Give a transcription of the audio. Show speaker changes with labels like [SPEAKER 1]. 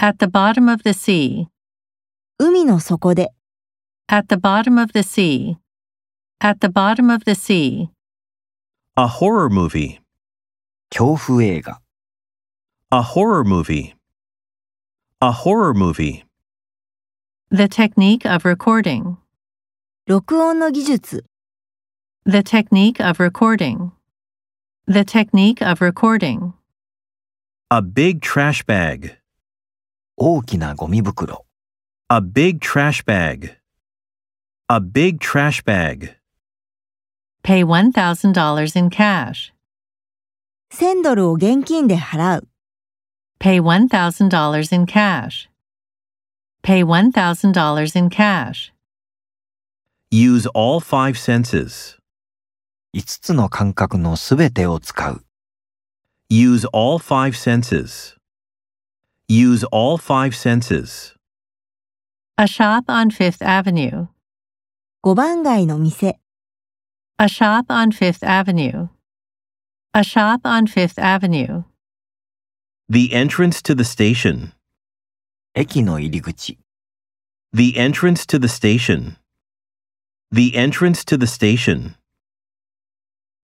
[SPEAKER 1] At the bottom of the sea.
[SPEAKER 2] 海の底で、
[SPEAKER 1] At the bottom of the sea. At the bottom of the sea.
[SPEAKER 3] A horror movie.
[SPEAKER 4] 恐怖映画
[SPEAKER 3] A horror movie. A horror movie.
[SPEAKER 1] The technique of recording.
[SPEAKER 2] 録音の技術、
[SPEAKER 1] The technique of recording. The technique of recording.
[SPEAKER 3] A big trash bag.
[SPEAKER 4] 大きなゴミ袋
[SPEAKER 3] A big trash bag. A big trash bag.
[SPEAKER 1] Pay $1,000 in cash.
[SPEAKER 2] 1000ドルを現金で払う、
[SPEAKER 1] Pay $1,000 in cash. Pay $1,000 in cash.
[SPEAKER 3] Use all five senses.
[SPEAKER 4] 5つの感覚のすべてを使う
[SPEAKER 3] Use all five senses. Use all five senses.
[SPEAKER 1] A shop on Fifth Avenue.
[SPEAKER 2] 5番街の店、
[SPEAKER 1] A shop on Fifth Avenue. A shop on Fifth Avenue.
[SPEAKER 3] The entrance to the station.
[SPEAKER 4] 駅の入り口
[SPEAKER 3] The entrance to the station. The entrance to the station.